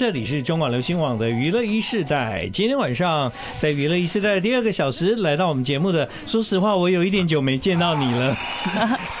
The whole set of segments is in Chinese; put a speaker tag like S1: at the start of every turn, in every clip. S1: 这里是中广流行网的娱乐一世代。今天晚上在娱乐一世代的第二个小时，来到我们节目的，说实话，我有一点久没见到你 了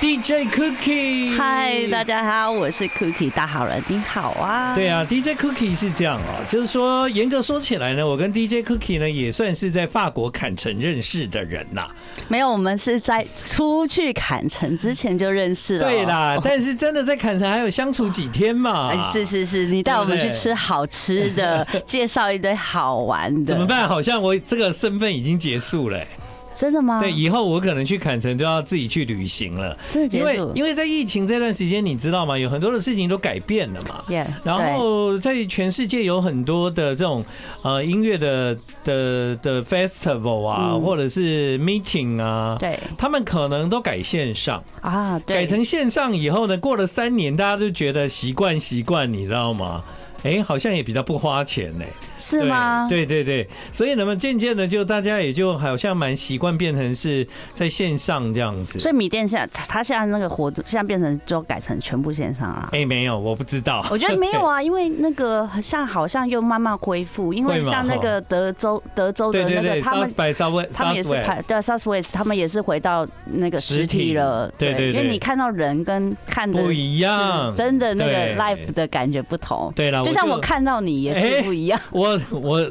S1: ，DJ Cookie。
S2: 嗨，大。家好，我是 Cookie 大好人，你好啊。
S1: 对啊，DJ Cookie 是这样哦，就是说，严格说起来呢，我跟 DJ Cookie 呢也算是在法国坎城认识的人呐、
S2: 没有，我们是在出去砍城之前就认识了。
S1: 对 啦，但是真的在坎城还有相处几天嘛？
S2: 哎，是是是，你带我们
S1: 对
S2: 去
S1: 不对
S2: 吃好吃的， 介绍一堆好玩的，
S1: 怎么？办？好像我这个身份已经结束了、欸
S2: 真的吗？
S1: 对，，以后我可能去坎城都要自己去旅行了，
S2: 真的结
S1: 因为
S2: 束了
S1: 因为在疫情这段时间，你知道吗？有很多的事情都改变了嘛。
S2: 耶
S1: 然后在全世界有很多的这种呃音乐的的的 festival 啊，
S2: 嗯
S1: 或者是 meeting 啊，
S2: 对
S1: 他们可能都改线上，
S2: 啊，对，
S1: 改成线上以后呢，过了三年，大家都觉得习惯习惯，你知道吗？哎，好像也比较不花钱呢、
S2: 是
S1: 对
S2: 吗？
S1: 对对对，所以呢，么渐渐的就大家也就好像蛮习惯变成是在线上这样子。
S2: 所以米店现在他他现在那个活动现在变成就改成全部线上了。
S1: 哎、没有，我不知道。
S2: 我觉得没有啊，因为那个像好像又慢慢恢复，因
S1: 会
S2: 为
S1: 吗
S2: 像那个德州德州的
S1: 对
S2: 那
S1: 对
S2: 个
S1: 对
S2: 他们
S1: ，South by Southwest，
S2: 他们也是排
S1: Southwest
S2: 对啊 Southwest，他们也是回到那个
S1: 实
S2: 实
S1: 体
S2: 体了，
S1: 对对
S2: 因为
S1: 对
S2: 你看到人跟看的
S1: 不一样
S2: 是真的那
S1: 对
S2: 个 life 的感觉不同。
S1: 对了，
S2: 就像
S1: 就哎啊
S2: 我，看到你也是不一样，
S1: 我我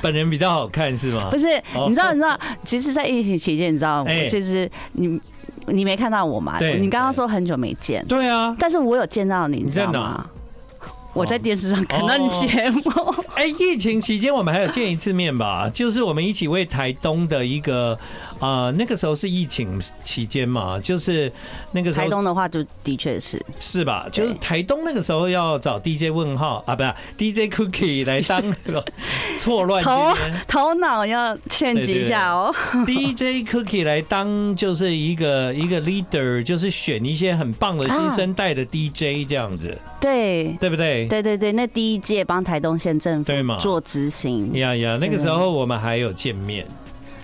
S1: 本人比较好看是吗
S2: 不？是？
S1: 哦
S2: 你知道，你知道，其实，在疫情期间，你知道，
S1: 哎
S2: 我其实你你没看到我嘛？
S1: 对
S2: 你刚刚
S1: 对
S2: 说很久没见，
S1: 对啊，
S2: 但是我有见到你，你知道
S1: 在哪
S2: 吗？我在电视上看到你
S1: 哦
S2: 节目，
S1: 哎、疫情期间我们还有见一次面吧？就是我们一起为台东的一个，呃，那个时候是疫情期间嘛，就是那个时候
S2: 台东的话，就的确是
S1: 是吧？就是
S2: 对
S1: 台东那个时候要找 DJ 问号啊，不是 DJ Cookie 来 当错乱
S2: 头
S1: 之间
S2: 头脑要劝
S1: 对对
S2: 及一下哦。
S1: DJ Cookie 来当就是一个一个 leader，就是选一些很棒的新生代的 DJ 这样子，
S2: 对
S1: 对不对？
S2: 啊对对对，那第一届帮台东县政府
S1: 对嘛？
S2: 做执行
S1: 呀呀，那个时候我们还有见面，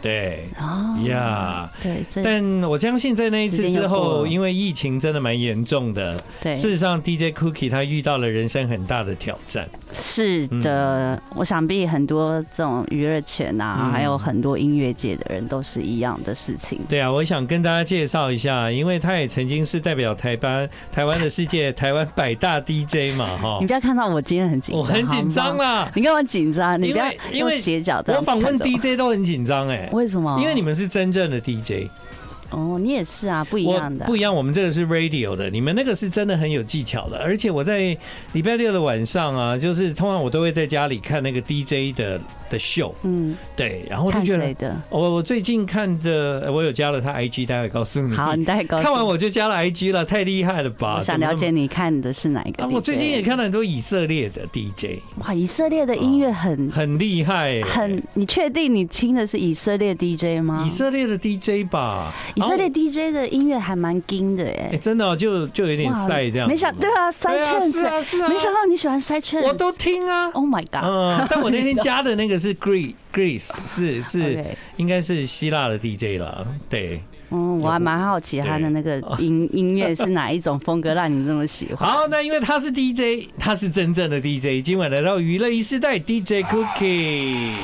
S1: 对
S2: 啊，
S1: 呀。
S2: 对，这
S1: 但我相信在那一次
S2: 时间
S1: 之
S2: 又过
S1: 后，
S2: 了
S1: 因为疫情真的蛮严重的，
S2: 对
S1: 事实上 DJ Cookie 他遇到了人生很大的挑战。
S2: 是的，我想必很多这种娱乐圈啊
S1: 嗯，
S2: 还有很多音乐界的人都是一样的事情。
S1: 对啊，我想跟大家介绍一下，因为他也曾经是代表台湾台湾的世界台湾百大 DJ 嘛，哈
S2: 你，不要看到我今天很紧张，
S1: 哦我很紧
S2: 好
S1: 张
S2: 吗，
S1: 啦，
S2: 你干嘛紧张？你不要
S1: 因为因
S2: 用
S1: 为
S2: 斜角这
S1: 我
S2: 样
S1: 访问
S2: 看着哦我
S1: DJ 都很紧张 哎，
S2: 为什么？
S1: 因为你们是真正的 DJ，
S2: 哦，你也是啊，不一
S1: 我
S2: 样的啊，
S1: 不一样，我们这个是 radio 的，你们那个是真的很有技巧的，而且我在礼拜六的晚上啊，就是通常我都会在家里看那个 DJ 的的秀，
S2: 嗯，
S1: 对，然后我就
S2: 看
S1: 觉
S2: 谁
S1: 得。
S2: 的？
S1: 我我最近看的，呃我有加了他 IG，待会告诉你。
S2: 好，你待会告诉
S1: 嗯看完
S2: 我，
S1: 我就加了 IG 了，太厉害了吧！
S2: 我
S1: 怎
S2: 想
S1: 么那
S2: 了
S1: 么
S2: 解你看的是哪一个
S1: 啊，
S2: DJ。
S1: 我最近也看了很多以色列的 DJ，
S2: 哇，以色列的音乐很
S1: 很厉害哎耶、
S2: 很，你确定你听的是以色列 DJ 吗？
S1: 以色哦列的 DJ 吧？
S2: 以色列
S1: 然后，
S2: DJ 的音乐还蛮硬的
S1: 哎、
S2: 哎，
S1: 真的哦、就就有点晒这样子。
S2: 没想对啊，塞
S1: 对啊，
S2: 券
S1: 是啊是啊，
S2: 没想到你喜欢塞券，
S1: 我都听啊。
S2: Oh my God，
S1: 嗯，但我那天加的那个是 Greece Greece 是是
S2: OK，
S1: 应该是希腊的 DJ 了，对。
S2: 嗯，我还蛮好奇他的那个音音乐是哪一种风格让你这么喜欢。
S1: 好，那因为他是 DJ，他是真正的 DJ。今晚来到娱乐一世代，DJ Cookie。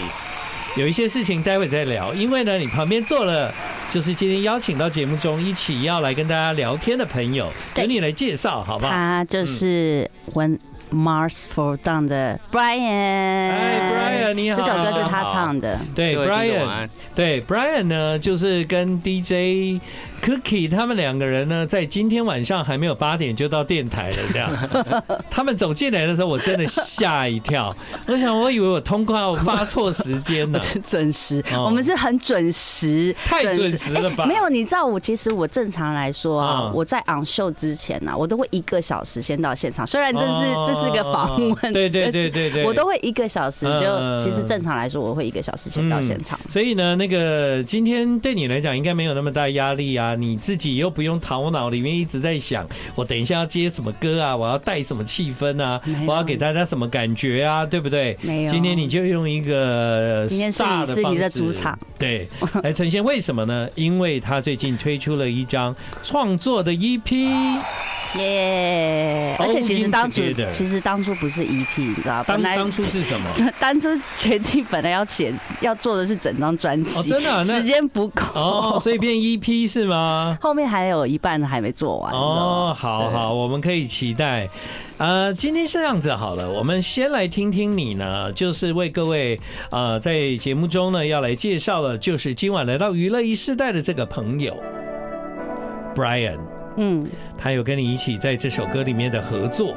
S1: 有一些事情待会再聊，因为呢，你旁边坐了就是今天邀请到节目中一起要来跟大家聊天的朋友，由
S2: 对
S1: 你来介绍，好不好？
S2: 他就是文 Mars for Dawn 的 Brian，
S1: 哎，Brian，你好
S2: 这首歌是他唱的，
S1: 对
S3: 各位听
S1: ，Brian，
S3: 众晚安。
S1: 对 Brian 呢，就是跟 DJ Cookie 他们两个人呢，在今天晚上还没有八点就到电台了，这样。 他们走进来的时候，我真的吓一跳，我想我以为我通告发错时间了，
S2: 准时，
S1: 哦
S2: 我们是很准时，
S1: 太准时了吧
S2: 哎没有，你知道我其实我正常来说啊，
S1: 嗯
S2: 我在 on show 之前呢、啊，我都会一个小时先到现场，虽 然这是、
S1: 哦
S2: 这是个访问，
S1: 对对
S2: 但是
S1: 对对对，
S2: 我都。会一个小时
S1: 嗯
S2: 就，
S1: 嗯嗯嗯
S2: 其实正常来说我会一个小时先到现场。
S1: 所以呢，那个今天对你来讲应该没有那么大压力啊，你自己又不用头脑里面一直在想，我等一下要接什么歌啊，我要带什么气氛啊
S2: 没，有
S1: 我要给大家什么感觉啊，对不对？
S2: 没有，
S1: 今天你就用一个
S2: 今天是
S1: 大
S2: 你
S1: 的
S2: 是
S1: 方
S2: 你的
S1: 式
S2: 主场，
S1: 对哎来呈 E 现为什么呢？因为他最近推出了一张创作的 EP，
S2: 耶！而且其实当初
S1: together
S2: 其实当初不是 EP，你知道吧？
S1: 当
S2: 本来
S1: 当初是什么？
S2: 当初决定本来要写要做的是整张专
S1: 哦，
S2: 辑，
S1: 真的啊、
S2: 时
S1: 那
S2: 间不够，
S1: 哦，所以变 EP 是吗？
S2: 后面还有一半还没做完。哦，
S1: 哦，好好，我们可以期待。呃，今天是这样子好了，我们先来听听你呢，就是为各位呃在节目中呢要来介绍了，就是今晚来到娱乐一世代的这个朋友 Brian，
S2: 嗯，
S1: 他有跟你一起在这首歌里面的合作。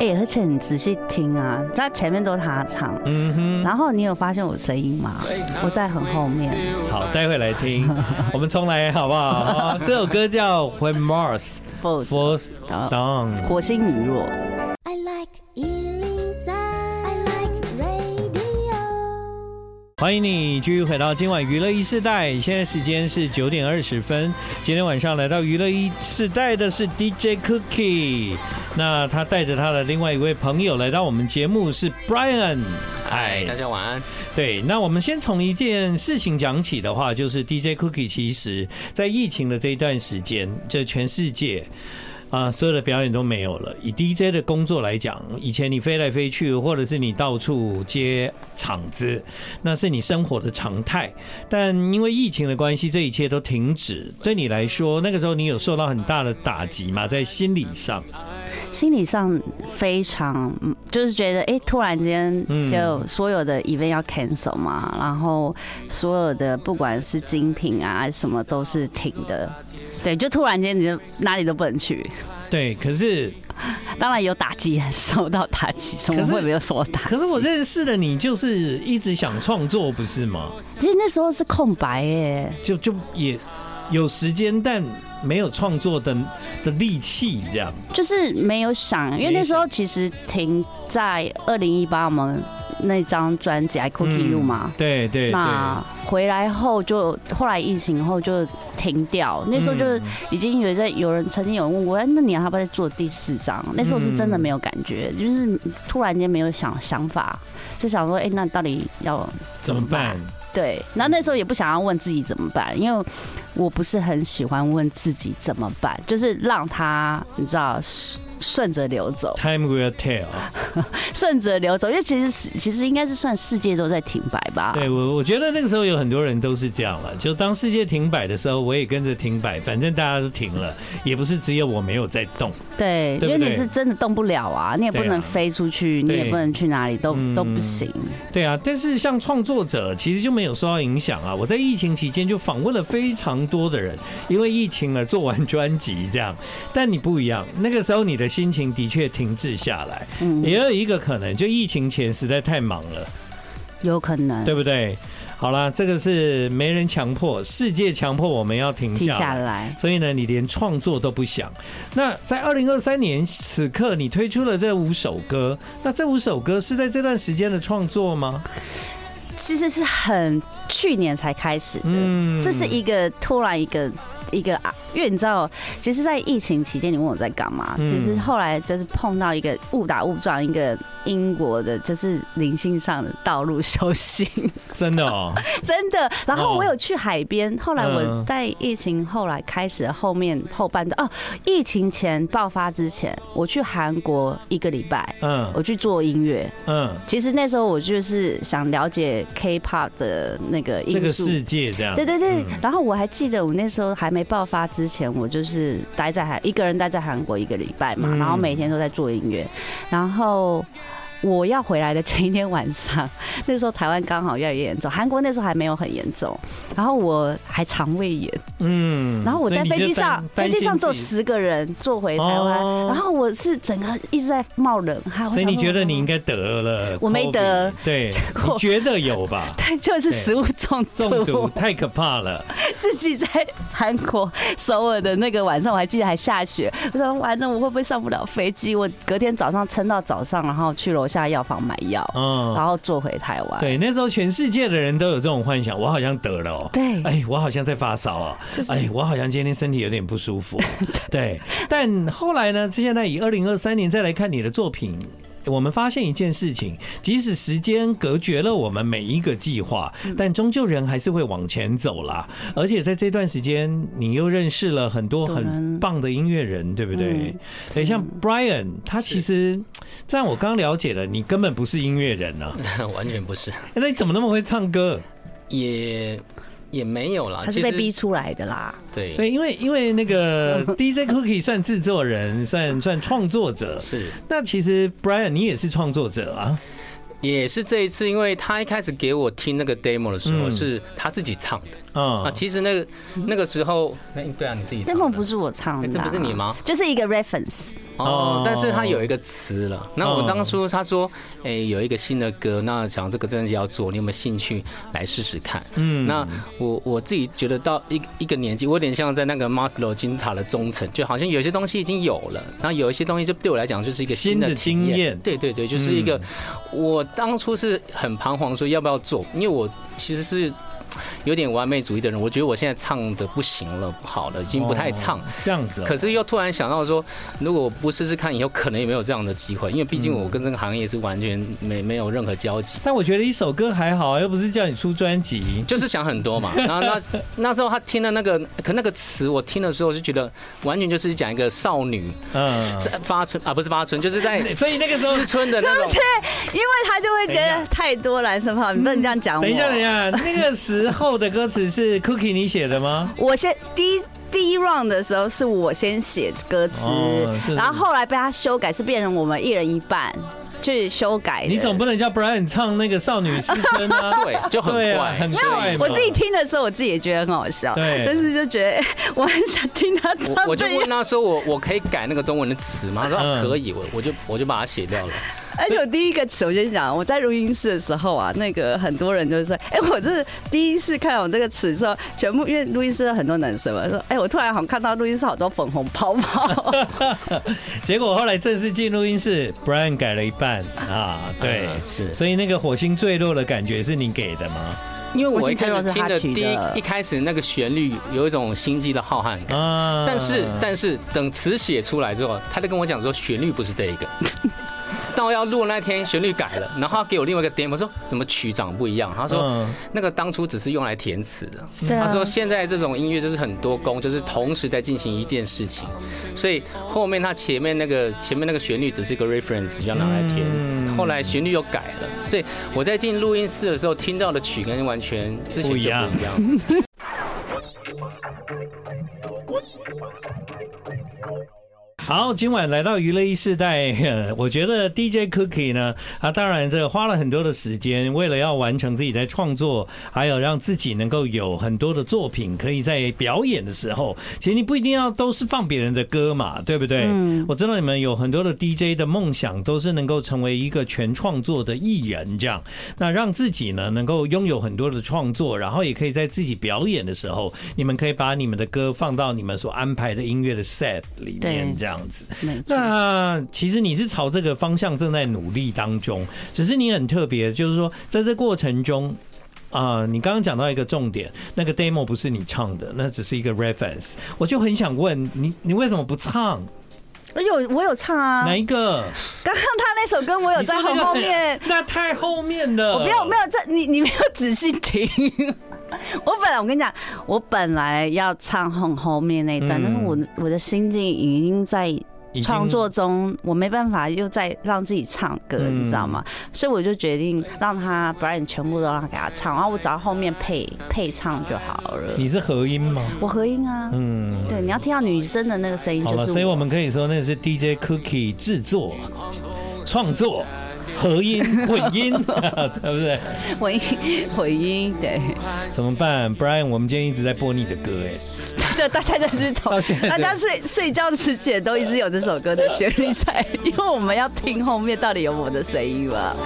S2: 哎、而且你仔细听啊，他前面都是他唱，
S1: 嗯哼，
S2: 然后你有发现我声音吗？我在很后面。
S1: 好，待会来听，我们重来好不好？哦这首歌叫《When Mars
S2: 否则
S1: Falls
S2: 呃
S1: Down》。
S2: 火星雨落。
S3: I like Ealing Sound. I like radio.
S1: 欢迎你继续回到今晚娱乐一世代，现在时间是九点二十分。今天晚上来到娱乐一世代的是 DJ Cookie，那他带着他的另外一位朋友来到我们节目是 Brian。哎
S4: 嗨，大家晚安。
S1: 对，那我们先从一件事情讲起的话，就是 DJ Cookie 其实在疫情的这一段时间，这全世界。啊，所有的表演都没有了。以 DJ 的工作来讲，以前你飞来飞去，或者是你到处接场子，那是你生活的常态。但因为疫情的关系，这一切都停止。对你来说，那个时候你有受到很大的打击嘛？在心理上，
S2: 心理上非常，嗯就是觉得哎、诶突然间
S1: 嗯
S2: 就所有的 event 要 cancel 嘛，然后所有的不管是精品啊什么都是停的，对，就突然间你就哪里都不能去。
S1: 对，可是
S2: 当然有打击，受到打击，怎
S1: 可
S2: 么
S1: 是
S2: 会没有受到打击？
S1: 可是我认识的你，就是一直想创作，不是吗？
S2: 其实那时候是空白耶，
S1: 就就也有时间，但没有创作的的力气，这样。
S2: 就是没有想，因为那时候其实停在二零一八我们那张专辑《I Cookie You》
S1: 嗯
S2: 嘛。
S1: 对对哎对，
S2: 那回来后就后来疫情后就停掉，那时候就是
S1: 嗯
S2: 已经有在有人曾经有人问我，哎那你要不要再做第四张？那时候是真的没有感觉，就是突然间没有想想法，就想说，哎、那到底要
S1: 怎么办？
S2: 对？然后那时候也不想要问自己怎么办，因为我不是很喜欢问自己怎么办，就是让它你知道顺顺着流走，
S1: Time will tell
S2: 顺着流走，因为其实是其实应该是算世界都在停摆吧。
S1: 对我，我觉得那个时候有很多人都是这样了。就当世界停摆的时候，我也跟着停摆，反正大家都停了，也不是只有我没有在动。
S2: 对，
S1: 对不
S2: 因为你
S1: 对
S2: 是真的动不了啊，你也不
S1: 对啊
S2: 能飞出去，你也
S1: 对
S2: 不能去哪里，都
S1: 嗯
S2: 都不行。
S1: 对啊，但是像创作者其实就没有受到影响啊。我在疫情期间就访问了非常多的人，因为疫情而做完专辑这样。但你不一样，那个时候你的心情的确停滞下来，
S2: 嗯
S1: 也有一个可能，就疫情前实在太忙了，
S2: 有可能
S1: 对不对？好啦，这个是没人强迫，世界强迫我们要停
S2: 停
S1: 下
S2: 下
S1: 来。
S2: 来。
S1: 所以呢，你连创作都不想。那在二零二三年此刻，你推出了这五首歌，那这五首歌是在这段时间的创作吗？
S2: 其实是很去年才开始的，
S1: 嗯
S2: 这是一个突然一个一个啊，因为你知道，其实，在疫情期间，你问我在干嘛，
S1: 嗯
S2: 其实后来就是碰到一个误打误撞，一个英国的，就是灵性上的道路修行，
S1: 真的哦，
S2: 真的。然后
S1: 哦
S2: 我有去海边，后来我
S1: 嗯
S2: 在疫情后来开始后面后半段哦，疫情前爆发之前，我去韩国一个礼拜，
S1: 嗯
S2: 我去做音乐。
S1: 嗯，
S2: 其实那时候我就是想了解 K-pop 的那个因素，
S1: 这个世界这样，
S2: 对对对，
S1: 嗯
S2: 然后我还记得我那时候还没爆发之前，我就是待在韩一个人待在韩国一个礼拜嘛，
S1: 嗯
S2: 然后每天都在做音乐，然后。我要回来的前一天晚上，那时候台湾刚好越来越严重，韩国那时候还没有很严重，然后我还肠胃炎，
S1: 嗯
S2: 然后我在飞机上，飞机上只
S1: 做，
S2: 有十个人坐回台湾，
S1: 哦
S2: 然后我是整个一直在冒冷汗，我
S1: 所以你
S2: 想说
S1: 觉得你应该得了？
S2: 我没得，
S1: 对，
S2: 果？
S1: 你觉得有吧
S2: 对，就是
S1: 对
S2: 食物中
S1: 中毒太可怕了，
S2: 自己在韩国首尔的那个晚上，我还记得还下雪，我想完了我会不会上不了飞机？我隔天早上撑到早上，然后去楼下药房买药，
S1: 嗯，
S2: 然后坐回台湾。
S1: 对，那时候全世界的人都有这种幻想，我好像得了哦，
S2: 对
S1: 哎，我好像在发烧啊，
S2: 就是
S1: 哎，我好像今天身体有点不 舒服，对，但后来呢，现在以二零二三年再来看你的作品。我们发现一件事情，即使时间隔绝了我们每一个计划，
S2: 嗯
S1: 但终究人还是会往前走啦。而且在这段时间，你又认识了很多
S2: 当
S1: 很
S2: 然
S1: 棒的音乐人，对不对
S2: 嗯？
S1: 对，像 Brian，他其实，在我刚了解了，你根本不是音乐人啊，哎
S4: 完全不是，
S1: 那你怎么那么会唱歌？
S4: 也也没有啦。
S2: 他是
S4: 其
S2: 被
S4: 实
S2: 逼出来的啦。
S4: 对，
S1: 所以因为因为那 个 DJ Cookie 算制作人，算算创作者。
S4: 是
S1: 那其实 Brian 你也是创作者啊，
S4: 也是这一次，因为他一开始给我听那个 demo 的时候，
S1: 嗯
S4: 是他自己唱的、啊。
S1: 嗯，
S4: 其实那个那个时候，那对啊，你自己唱
S2: demo
S4: 的
S2: 不是我唱的、
S4: 哎这不是你吗？
S2: 就是一个 reference，
S1: 哦哦
S4: 哦，但是它有一个词了。那我当初他说，哎、有一个新的歌，那想这个真的要做，你有没有兴趣来试试看？
S1: 嗯
S4: 那我我自己觉得到一一个年纪，我有点像在那个 Maslow 金字塔的中层，就好像有些东西已经有了，那有一些东西就对我来讲就是一个
S1: 新的
S4: 的体
S1: 经验
S4: 对对对，就是一个、我当初是很彷徨说要不要做，因为我其实是。有点完美主义的人，我觉得我现在唱的不行了，不好了，已经不太唱。
S1: 哦这样子哦，
S4: 可是又突然想到说，如果我不试试看，以后可能也没有这样的机会，因为毕竟我跟这个行业是完全没没有任何交集。
S1: 但我觉得一首歌还好，啊又不是叫你出专辑。
S4: 就是想很多嘛，然后那那时候他听的那个，可那个词我听的时候就觉得完全就是讲一个少女
S1: 嗯，
S4: 在发春啊，不是发春，就是在
S1: 所以那个时候，
S4: 思春的那 种，
S2: 因为他就会
S1: 等
S2: 觉
S1: 一
S2: 得
S1: 下
S2: 太多蓝色泡，你不能这样
S4: 啊
S2: 讲我。
S1: 等一下，等一下，那个时候的歌词是 Cookie 你写的吗？
S2: 我先第一第一 round 的时候是我先写歌词，
S1: 哦是
S2: 然后后来被他修改，是变成我们一人一半去修改的。
S1: 你总不能叫 Brian 唱那个少女思春啊？
S4: 呃 对，就很
S1: 对啊，
S4: 怪，
S1: 很怪嘛。
S2: 我自己听的时候，我自己也觉得很好笑，
S1: 对
S2: 但是就觉得我很想听他唱
S4: 我我就
S2: 这
S4: 问
S2: 样，
S4: 他说我我可以改那个中文的词吗？他说、
S1: 嗯
S4: 啊可以，我我就我就把它写掉了。
S2: 而且我第一个词，我先讲，我在录音室的时候啊，那个很多人就说，哎、我这是第一次看到我这个词的时候，全部因为录音室有很多男生嘛，说，哎、我突然好像看到录音室好多粉红 泡泡，
S1: 结果后来正式进录音室，Brian 改了一半啊，对。
S4: 嗯是
S1: 所以那个火星坠落的感觉是你给的吗？
S4: 因为我
S2: 我
S4: 一
S2: 已经
S4: 开
S2: 知道
S4: 始
S2: 是
S4: 听
S2: 他
S4: 的
S2: 取
S4: 第一
S2: 的
S4: 一开始那个旋律有一种心机的浩瀚感。
S1: 啊，
S4: 但是但是等词写出来之后，他就跟我讲说旋律不是这一个。到要录那天旋律改了，然后他给我另外一个 demo 说什么曲长不一样，他说
S1: 嗯
S4: 那个当初只是用来填词的。
S2: 对啊
S4: 他说现在这种音乐就是很多工，就是同时在进行一件事情，所以后面他前面那个前面那个旋律只是一个 reference，要拿来填词
S1: 嗯，
S4: 后来旋律又改了，所以我在进录音室的时候听到的曲跟完全之前就
S1: 不
S4: 不
S1: 一
S4: 一
S1: 样
S4: 样。
S1: 好，今晚来到娱乐一世代， 呃我觉得 DJ Cookie 呢，啊，当然这花了很多的时间，为了要完成自己在创作，还有让自己能够有很多的作品可以在表演的时候，其实你不一定要都是放别人的歌嘛，对不对？我知道你们有很多的 DJ 的梦想都是能够成为一个全创作的艺人，这样，那让自己呢能够拥有很多的创作，然后也可以在自己表演的时候，你们可以把你们的歌放到你们所安排的音乐的 set 里面
S2: 对，
S1: 这样子。 那其实你是朝这个方向正在努力当中，只是你很特别，就是说在这过程中。啊、你刚刚讲到一个重点，那个 demo 不是你唱的，那只是一个 reference。我就很想问你，你为什么不唱？
S2: 我有哎我有唱啊，
S1: 哪一个？
S2: 刚刚他那首歌我有
S1: 你说
S2: 在
S1: 那
S2: 很
S1: 个
S2: 后面，
S1: 那太后面了。
S2: 我没有没有这你你没有仔细听。 我本来我跟你讲，我本来要唱很后面那一段，
S1: 嗯
S2: 但是我我的心境已经在
S1: 已经
S2: 创作中，我没办法又再让自己唱歌，
S1: 嗯
S2: 你知道吗？所以我就决定让他 Brian 全部都让他给他唱，然后我只要后面配配唱就好了。
S1: 你是合音吗？
S2: 我合音啊，
S1: 嗯，
S2: 对，你要听到女生的那个声音
S1: 好
S2: 就
S1: 了，
S2: 是
S1: 所以我们可以说那是 DJ Cookie 制作、创作、合音、混音， 对不对？
S2: 回音回音，对，
S1: 怎么办，Brian？我们今天一直在播你的歌，哎，
S2: 就大家就是同
S1: 到现在
S2: 大家睡睡觉之前都一直有这首歌的旋律在，因为我们要听后面到底有我的声音嘛。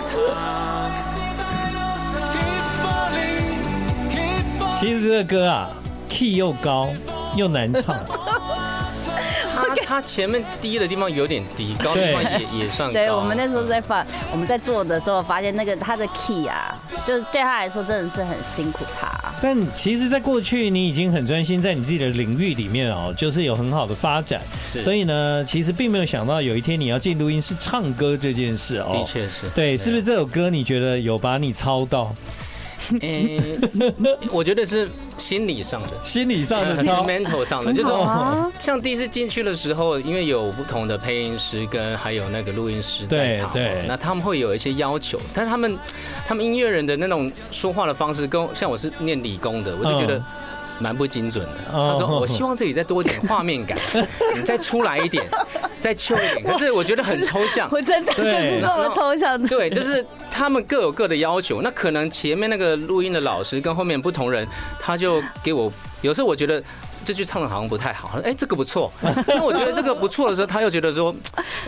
S1: 其实这个歌啊，key 又高又难唱，
S4: 他它前面低的地方有点低，高的地方也也算高。啊
S2: 对，我们那时候在发，我们在做的时候发现那个他的 key 啊，就是对他来说真的是很辛苦 他、
S1: 但其实，在过去你已经很专心在你自己的领域里面哦，就是有很好的发展，
S4: 是，
S1: 所以呢，其实并没有想到有一天你要进录音室唱歌这件事
S4: 的
S1: 哦。
S4: 确是。
S1: 对，是不是这首歌你觉得有把你操到
S4: 诶、我觉得是心理上的。
S1: 心理上的 操？
S4: mental 上的，就是
S1: 很好啊
S4: 像第一次进去的时候，因为有不同的配音师跟还有那个录音师在
S1: 对
S4: 场嘛，哦
S1: 对
S4: 那他们会有一些要求，但他们他们音乐人的那种说话的方式跟我像我是念理工的，我就觉得
S1: 嗯
S4: 蛮不精准的。
S1: 哦
S4: 他说我希望这里再多一点画 面感，你再出来一点，再秋一点，可是我觉得很抽象。
S2: 我真的就
S1: 对
S2: 是这么抽象 的。
S4: 对，就是他们各有各的要求。那可能前面那个录音的老师跟后面不同人，他就给我有时候我觉得这句唱的好像不太好，哎、这个 不错。那我觉得这个不错的时候，他又觉得说，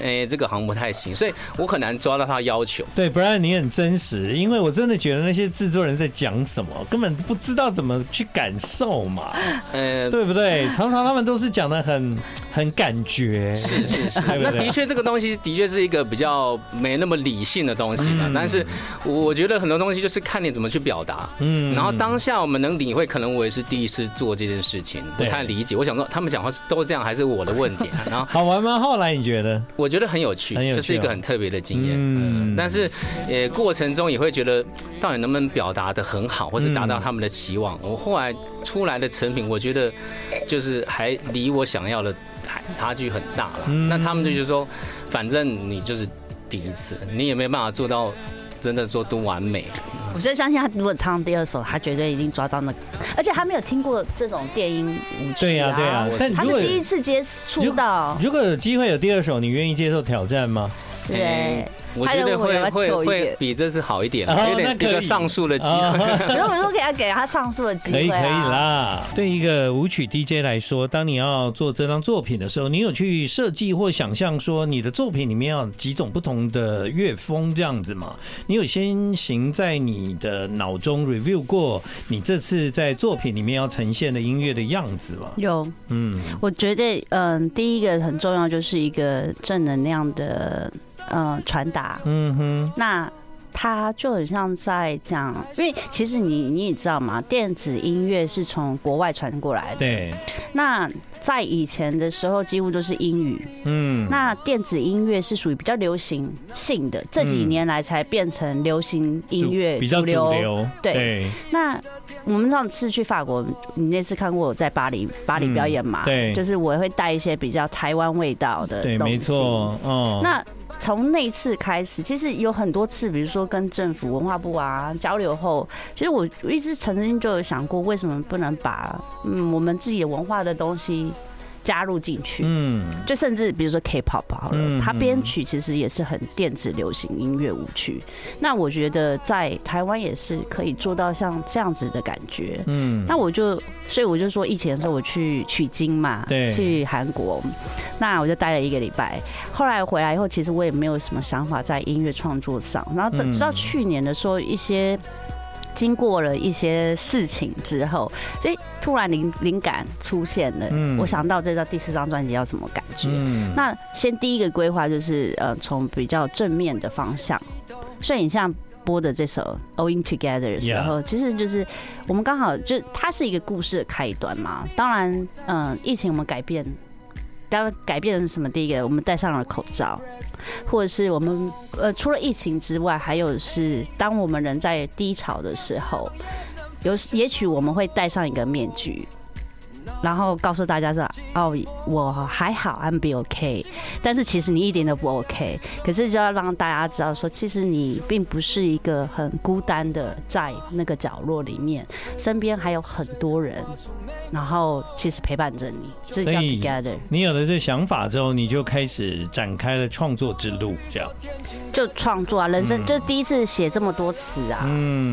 S4: 哎、这个好像不太行，所以我很难抓到他要求。
S1: 对不然你很真实，因为我真的觉得那些制作人在讲什么，根本不知道怎么去感受嘛，
S4: 呃，
S1: 对不对？常常他们都是讲的很很感觉，
S4: 是是是，
S1: 对不
S4: 那
S1: 对
S4: 的确这个东西的确是一个比较没那么理性的东西
S1: 嗯
S4: 了。但是我觉得很多东西就是看你怎么去表达。
S1: 嗯
S4: 然后当下我们能领会，可能我也是第一次做这件事情，不
S1: 对
S4: 太理解。我想说，他们讲话是都这样，还是我的问题啊？ 然后
S1: 好玩吗？后来你觉得？
S4: 我觉得很有趣
S1: 很有，趣哦
S4: 就是一个很特别的经验。
S1: 嗯
S4: 嗯，但是呃，过程中也会觉得到底能不能表达的很好，或者达到他们的期望。我后来出来的成品，我觉得就是还离我想要的还差距很大了。
S1: 嗯
S4: 那他们就觉得说，反正你就是第一次，你也没办法做到真的做多完美。
S2: 我就相信他，如果唱第二首，他绝对一定抓到那个，而且他没有听过这种电音舞曲、啊。
S1: 对呀、对呀、
S4: 我
S1: 但
S2: 他
S1: 如
S2: 是
S1: 果
S2: 第一次接触到，
S1: 如果有机会有第二首，你愿意接受挑战吗？
S2: 对。
S4: 我
S2: 他
S4: 觉
S2: 的
S4: 得
S2: 我有
S4: 会
S2: 要
S4: 会
S2: 求一
S4: 会
S2: 点
S4: 比这次好一点，
S1: 哦
S4: 有
S1: 那
S4: 点
S1: 可以
S4: 一个上诉的机 会。
S1: 啊
S2: 如果说给他给他唱述的机
S1: 可以
S2: 会
S1: 可以
S2: 啊，
S1: 啦。对一个舞曲 DJ 来说，当你要做这张作品的时候，你有去设计或想象说你的作品里面要有几种不同的乐风这样子吗？你有先行在你的脑中 review 过你这次在作品里面要呈现的音乐的样子吗？
S2: 有。
S1: 嗯，
S2: 我觉得，嗯，第一个很重要就是一个正能量的，嗯，传达。
S1: 嗯哼，
S2: 那他就很像在讲，因为其实你你也知道嘛，电子音乐是从国外传过来的。
S1: 对，
S2: 那在以前的时候，几乎都是英语。
S1: 嗯，
S2: 那电子音乐是属于比较流行性的，这几
S1: 嗯
S2: 年来才变成流行音
S1: 主
S2: 乐
S1: 比较主
S2: 流。
S1: 流，哎
S2: 对那我们上次去法国，你那次看过我在巴黎巴黎表演嘛？
S1: 嗯对
S2: 就是我会带一些比较台湾味道的
S1: 对，
S2: 东西
S1: 没错，哦，
S2: 那从那次开始，其实有很多次，比如说跟政府文化部啊交流后，其实我一直曾经就有想过，为什么不能把嗯我们自己的文化的东西加入进去？
S1: 嗯。
S2: 就甚至比如说 K-pop 好
S1: 嗯
S2: 了，它编曲其实也是很电子流行音乐舞曲。那我觉得在台湾也是可以做到像这样子的感觉。
S1: 嗯，
S2: 那我就，所以我就说，疫情的时候我去取经嘛，
S1: 对
S2: 去韩国，那我就待了一个礼拜。后来回来以后，其实我也没有什么想法在音乐创作上。然后
S1: 嗯
S2: 等直到去年的时候，一些经过了一些事情之后，所以突然灵灵感出现了。
S1: 嗯
S2: 我想到这张第四张专辑要什么感觉。
S1: 嗯，
S2: 那先第一个规划就是，呃，从比较正面的方向，所以你像播的这首《Owing Together》的时候其实就是我们刚好就它是一个故事的开端嘛。当然，嗯、疫情我们改变，当然改变了什么？第一个，我们戴上了口罩，或者是我们呃，除了疫情之外，还有是当我们人在低潮的时候，有也许我们会戴上一个面具。然后告诉大家说，哦，我还好，I'm be OK。但是其实你一点都不 OK，可是就要让大家知道说，其实你并不是一个很孤单的在那个角落里面，身边还有很多人，然后其实陪伴着你，所以叫
S1: 所以
S2: Together。
S1: 你有了这想法之后，你就开始展开了创作之路，这样。
S2: 就创作啊，人生、就第一次写这么多词啊。因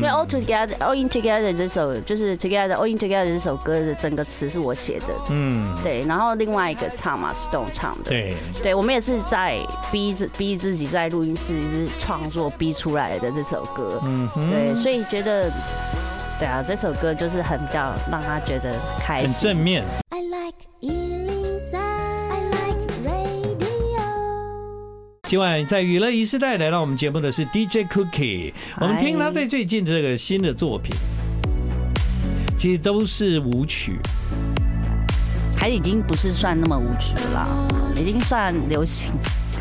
S1: 嗯
S2: 为 All Together All In Together 这首就是 Together All In Together 这首歌的整个词是我写的，
S1: 嗯，
S2: 对，然后另外一个唱嘛是董唱的，
S1: 对，
S2: 对，我们也是在逼自逼自己在录音室一直创作逼出来的这首歌，
S1: 嗯哼，
S2: 对，所以觉得，对啊，这首歌就是很比较让他觉得开
S1: 很
S2: 心
S1: 正。面。
S3: I like Ealing Sound. I like
S1: 今晚在娱乐一时代来到我们节目的是 DJ Cookie，我们听他在最近这个新的作品，其实都是舞曲。
S2: 还已经不是算那么舞曲啦，已经算流行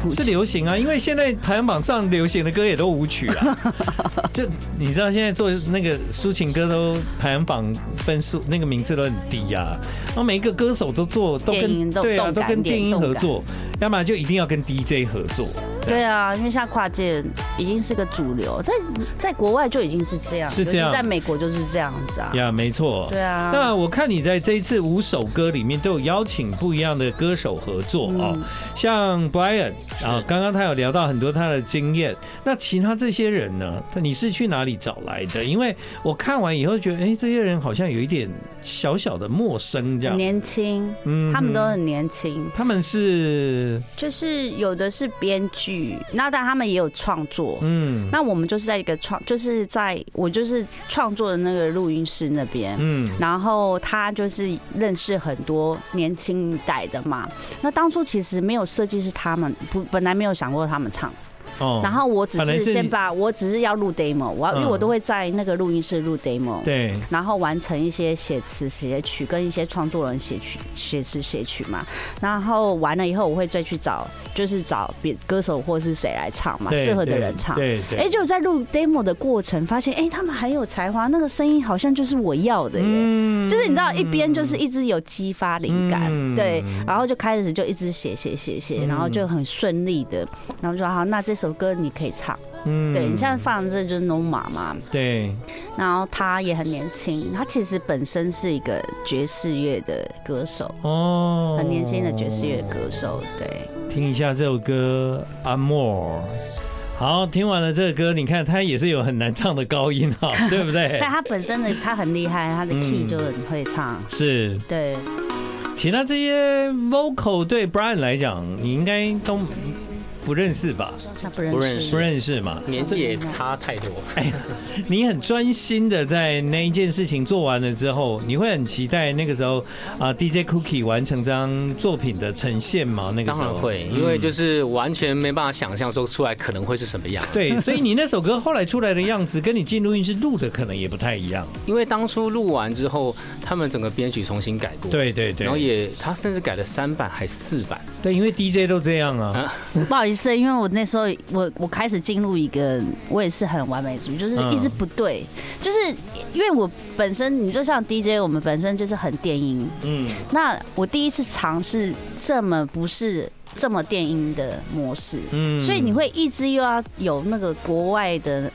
S2: 舞
S1: 是
S2: 曲。
S1: 流行啊，因为现在排行榜上流行的歌也都舞曲啊。 就你知道现在做那个抒情歌都排行榜分数那个名次都很低呀、啊，然后每一个歌手都做都
S2: 电
S1: 跟
S2: 音都
S1: 对啊
S2: 动
S1: 都
S2: 感
S1: 跟
S2: 点
S1: 电音合
S2: 动感
S1: 作，要么就一定要跟 DJ 合作。
S2: 对啊，因为现在跨界已经是个主流，在在国外就已经是这样，
S1: 是这样
S2: 尤其在美国就是这样子啊。
S1: 呀，没错。
S2: 对啊，
S1: 那我看你在这一次五首歌里面都有邀请不一样的歌手合作
S2: 嗯
S1: 哦，像 Brian 啊，刚刚他有聊到很多他的经验。那其他这些人呢？他你是去哪里找来的？因为我看完以后觉得，哎、这些人好像有一点小小的陌生这样。
S2: 年轻，
S1: 嗯
S2: 他们都
S1: 哼
S2: 很年轻，
S1: 他们是
S2: 就是有的是编剧，那但他们也有创作。
S1: 嗯
S2: 那我们就是在一个创，就是在我就是创作的那个录音室那边，
S1: 嗯
S2: 然后他就是认识很多年轻一代的嘛。那当初其实没有设计是他们，不本来没有想过他们唱。
S1: 哦
S2: 然后我只
S1: 本来
S2: 是
S1: 是
S2: 先把我只是要录 demo，我要因为
S1: 嗯
S2: 我都会在那个录音室录 demo。
S1: 对
S2: 然后完成一些写词、写曲，跟一些创作人写曲、写词、写曲嘛。然后完了以后，我会再去找，就是找别歌手或是谁来唱嘛，
S1: 对
S2: 适合的
S1: 对
S2: 人唱。
S1: 对对，
S2: 哎，就在录 demo 的过程，发现哎、他们很有才华，那个声音好像就是我要的耶。
S1: 嗯
S2: 就是你知道，一边就是一直有激发灵感，
S1: 嗯
S2: 对，然后就开始就一直写写写写，
S1: 嗯
S2: 然后就很顺利的，然后说好，那这首歌你可以唱，
S1: 嗯
S2: 对你现在放的这就是 Noma 嘛，
S1: 对
S2: 然后他也很年轻，他其实本身是一个爵士乐的歌手，
S1: 哦，
S2: 很年轻的爵士乐歌手，对，
S1: 听一下这首歌《Amor》。好，听完了这个歌，你看它也是有很难唱的高音哈、对不对
S2: 但？他本身的他很厉害，他的 key
S1: 哎嗯
S2: 就很会唱，
S1: 是，
S2: 对，
S1: 其他这些 vocal 对 Brian 来讲，你应该都不认识吧？
S2: 他不
S4: 不
S2: 认
S4: 认
S1: 不
S2: 识，
S1: 认识嘛？
S4: 年纪也差太 多。
S1: 你很专心的在那一件事情做完了之后，你会很期待那个时候啊、DJ Cookie 完成这张作品的呈现吗？那个时
S4: 当
S1: 候
S4: 然会，因为就是完全没办法想象说出来可能会是什么样。
S1: 对，所以你那首歌后来出来的样子，跟你进录音室录的可能也不太一样。
S4: 因为当初录完之后，他们整个编曲重新改过，，
S1: 对对对，
S4: 然后也他甚至改了三版还四版，
S1: 对，因为 DJ 都这样啊。
S2: 不好意思，因为我那时候我我开始进入一个我也是很完美主义，就是
S1: 嗯
S2: 一直不对，就是因为我本身你就像 DJ，我们本身就是很电音，
S1: 嗯，
S2: 那我第一次尝试这么不是这么电音的模式，
S1: 嗯
S2: 所以你会一直又要有那个国外的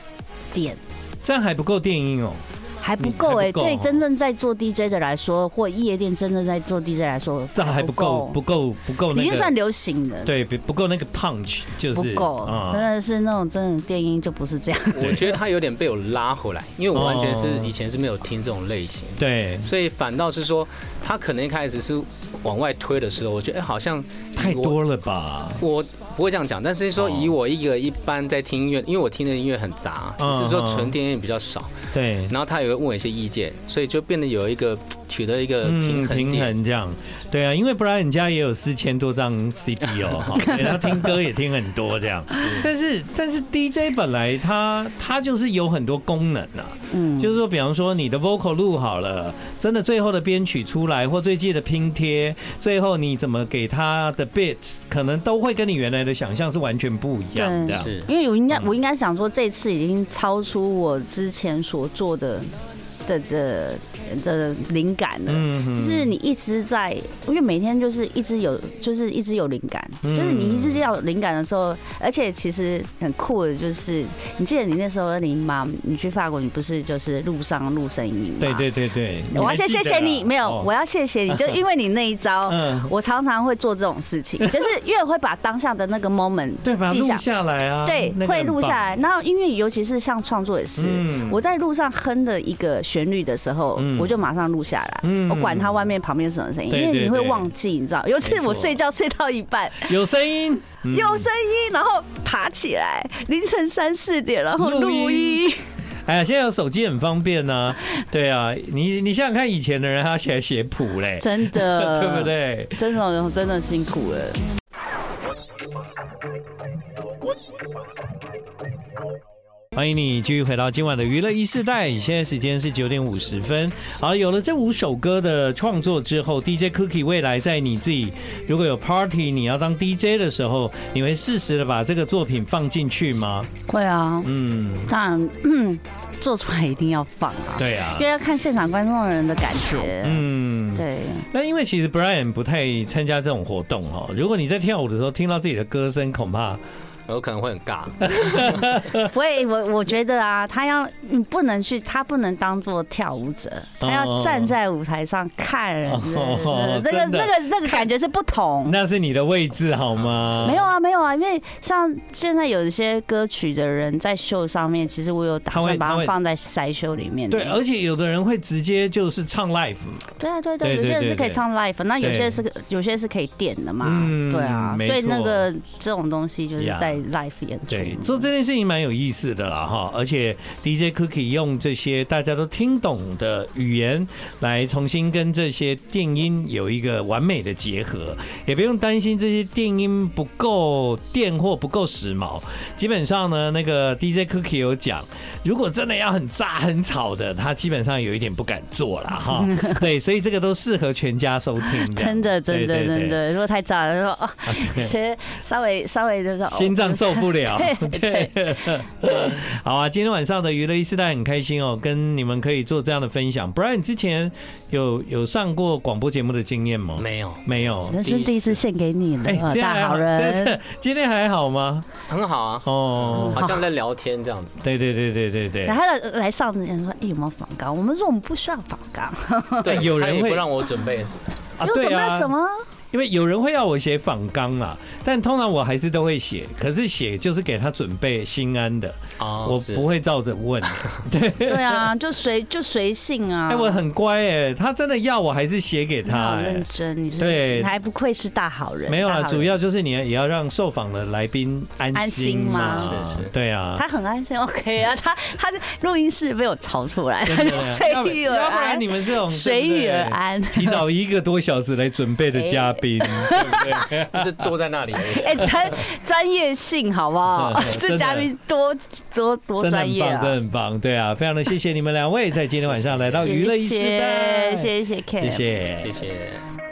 S2: 点。
S1: 这样还不够电音哦。
S2: 还不够哎、
S1: 还不够
S2: 对
S1: 哦
S2: 真正在做 DJ 的来说，或夜店真正在做 DJ 来说，
S1: 这样还不够，不够，不够
S2: 已
S1: 那
S2: 经算
S1: 个，
S2: 流行了，
S1: 对，不不够那个 punch，就是
S2: 不够，
S1: 啊嗯
S2: 真的是那种真的电音就不是这样。
S1: 对哦
S4: 我觉得他有点被我拉回来，因为我完全是以前是没有听这种类型，
S1: 对，
S4: 所以反倒是说他可能一开始是往外推的时候，我觉得哎、好像
S1: 太多了吧？
S4: 我不会这样讲，但是说
S1: 哦
S4: 以我一个一般在听音乐，因为我听的音乐很杂，
S1: 嗯
S4: 只是说
S1: 嗯
S4: 纯电音比较少，
S1: 对，
S4: 然后他也会问我一些意见，所以就变得有一个取得一个平
S1: 嗯，
S4: 衡
S1: 平
S4: 点。
S1: 衡这样，对啊，因为不然人家也有四千多张 CD 哦，哈，对他听歌也听很多这样，但是但是 DJ 本来他他就是有很多功能啊，
S2: 嗯，
S1: 就是说，比方说你的 vocal 录好了，真的最后的编曲出来或最近的拼贴，最后你怎么给它的 beat，可能都会跟你原来的想象是完全不一样
S2: 对
S1: 的。
S4: 是
S2: 因为我应
S1: 嗯
S2: 该我应该想说，这次已经超出我之前所做的的的的灵感了。
S1: 嗯
S2: 就
S1: 哼
S2: 是你一直在，因为每天就是一直有，就是一直有灵感，
S1: 嗯
S2: 就是你一直要有灵感的时候，而且其实很酷的，就是你记得你那时候你妈你去法国，你不是就是路上录声音吗？
S1: 对对对对，
S2: 我要
S1: 还
S2: 先
S1: 记
S2: 谢
S1: 得
S2: 谢你，
S1: 啊
S2: 没有，
S1: 哦
S2: 我要谢谢 你，就因为你那一招，
S1: 嗯
S2: 我常常会做这种事情，就是因为我会把当下的那个 moment
S1: 对把它
S2: 记
S1: 录
S2: 下
S1: 下来啊，
S2: 对
S1: 那，个
S2: 会
S1: 很
S2: 录下
S1: 棒。
S2: 来。然后因为尤其是像创作也是，
S1: 嗯
S2: 我在路上哼的一个旋律的时候，
S1: 嗯
S2: 我就马上录下来。
S1: 嗯
S2: 我管它外面旁边什么声音，
S1: 对
S2: 因为
S1: 对
S2: 你会
S1: 对
S2: 忘记，你知道。尤其
S1: 没
S2: 是
S1: 错
S2: 我睡觉睡到一半，
S1: 有声音，嗯
S2: 有声音，然后爬起来，凌晨三四点，然后
S1: 录
S2: 录
S1: 音
S2: 音。
S1: 哎呀，现在有手机很方便 呐、对啊，你你想想看，以前的人还要写写谱嘞，
S2: 真的，
S1: 对不？对？
S2: 真的真的辛苦了。
S1: 欢迎你继续回到今晚的娱乐一世代，现在时间是九点五十分。好，有了这五首歌的创作之后，DJ Cookie 未来在你自己如果有 party，你要当 DJ 的时候，你会适时的把这个作品放进去吗？
S2: 会啊，
S1: 嗯，
S2: 当然，嗯，做出来一定要放啊，
S1: 对啊
S2: 因，为要看现场观众的人的感觉。嗯，
S1: 嗯，
S2: 对，
S1: 那因为其实 Brian 不太参加这种活动哦。如果你在跳舞的时候听到自己的歌声，恐怕
S4: 有可能会很尬。
S2: 不会，我我觉得啊，他要嗯不能去，他不能当做跳舞者，他要站在舞台上看人的，
S1: 哦
S2: 那个
S1: 真的
S2: 那个那个感觉是不同。
S1: 那是你的位置好吗？
S2: 没有，啊，没有啊，因为像现在有一些歌曲的人在秀上面，其实我有打
S1: 他会
S2: 算把
S1: 他会
S2: 它放在筛秀里面的。
S1: 对，而且有的人会直接就是唱 live 嘛。
S2: 对啊，对
S1: 对
S2: 对，有些人
S1: 对
S2: 是可以
S1: 对
S2: 唱 live，那有些是可有些是可以点的嘛
S1: 嗯，
S2: 对啊，
S1: 没
S2: 所以那
S1: 错
S2: 个这种东西就是
S1: 呀
S2: 在 live 演出。
S1: 对，做这件事情蛮有意思的啦哈，而且 DJ Cookie 用这些大家都听懂的语言来重新跟这些电音有一个完美的结合，也不用担心这些电音不够电或不够时髦。基本上呢，那个 DJ Cookie 有讲，如果真的要很炸很吵的，他基本上有一点不敢做啦。 哈。对，所以这个都适合全家收听这样。
S2: 真的，真的，
S1: 对对
S2: 真
S1: 对
S2: 的，如果太炸了，就说啊，
S1: 啊 对
S2: 其实稍微稍微就是哦
S1: 心脏受不了。
S2: 对
S1: 对，好啊！今天晚上的娱乐一时代很开心哦，跟你们可以做这样的分享。Brian 之前有有上过广播节目的经验吗？
S4: 没有，
S1: 没有。哎
S2: 人生第一次献给你了，
S1: 今天还
S2: 啊大好
S1: 真
S2: 人
S1: 是，今天还好吗？
S4: 很好啊，
S1: 哦，
S4: 好像在聊天这样 子。
S1: 对对对对对对
S2: 嗯然。后来上之前说，哎，有没有仿钢？我们说我们不需要仿钢，
S4: 对，
S1: 有人
S4: 他也
S1: 会
S4: 不让我准备，
S1: 啊
S2: 因为准备 什么？
S1: 因为有人会要我写仿纲啦，但通常我还是都会写，可是写就是给他准备心安的，
S4: 哦
S1: 我
S4: 是
S1: 不会照着 问。
S2: 对啊，就随就随性啊。
S1: 哎，我很乖哎，他真的要我还是写给
S2: 你
S1: 他
S2: 好
S1: 哎
S2: 认。真，你是
S1: 对
S2: 你还不愧是大好人。
S1: 没有啊，
S2: 大好人
S1: 主要就是你也要让受访的来宾安
S2: 安
S1: 心
S2: 心
S1: 嘛，
S2: 吗
S4: 是是
S1: 对啊。
S2: 他很安心，OK 啊， 他他的录音室被我吵出来，他
S1: 真
S2: 就
S1: 的
S2: 随
S1: 要不
S2: 遇而
S1: 啊要不然
S2: 安
S1: 你，们这种
S2: 随
S1: 对不对
S2: 遇而安。
S1: 提早一个多小时来准备的嘉宾，对不对？
S4: 就是坐在那里而已。
S2: 哎，专专业性好不好
S1: 真的？真
S2: 这
S1: 的
S2: 嘉宾多多多
S1: 真的
S2: 专
S1: 很
S2: 业
S1: 棒，真的
S2: 啊！
S1: 很棒，对啊，非常的谢谢你们两位在今天晚上来到
S2: 谢
S1: 娱乐一时代，
S2: 谢谢谢 K，
S1: 谢谢
S4: 谢谢。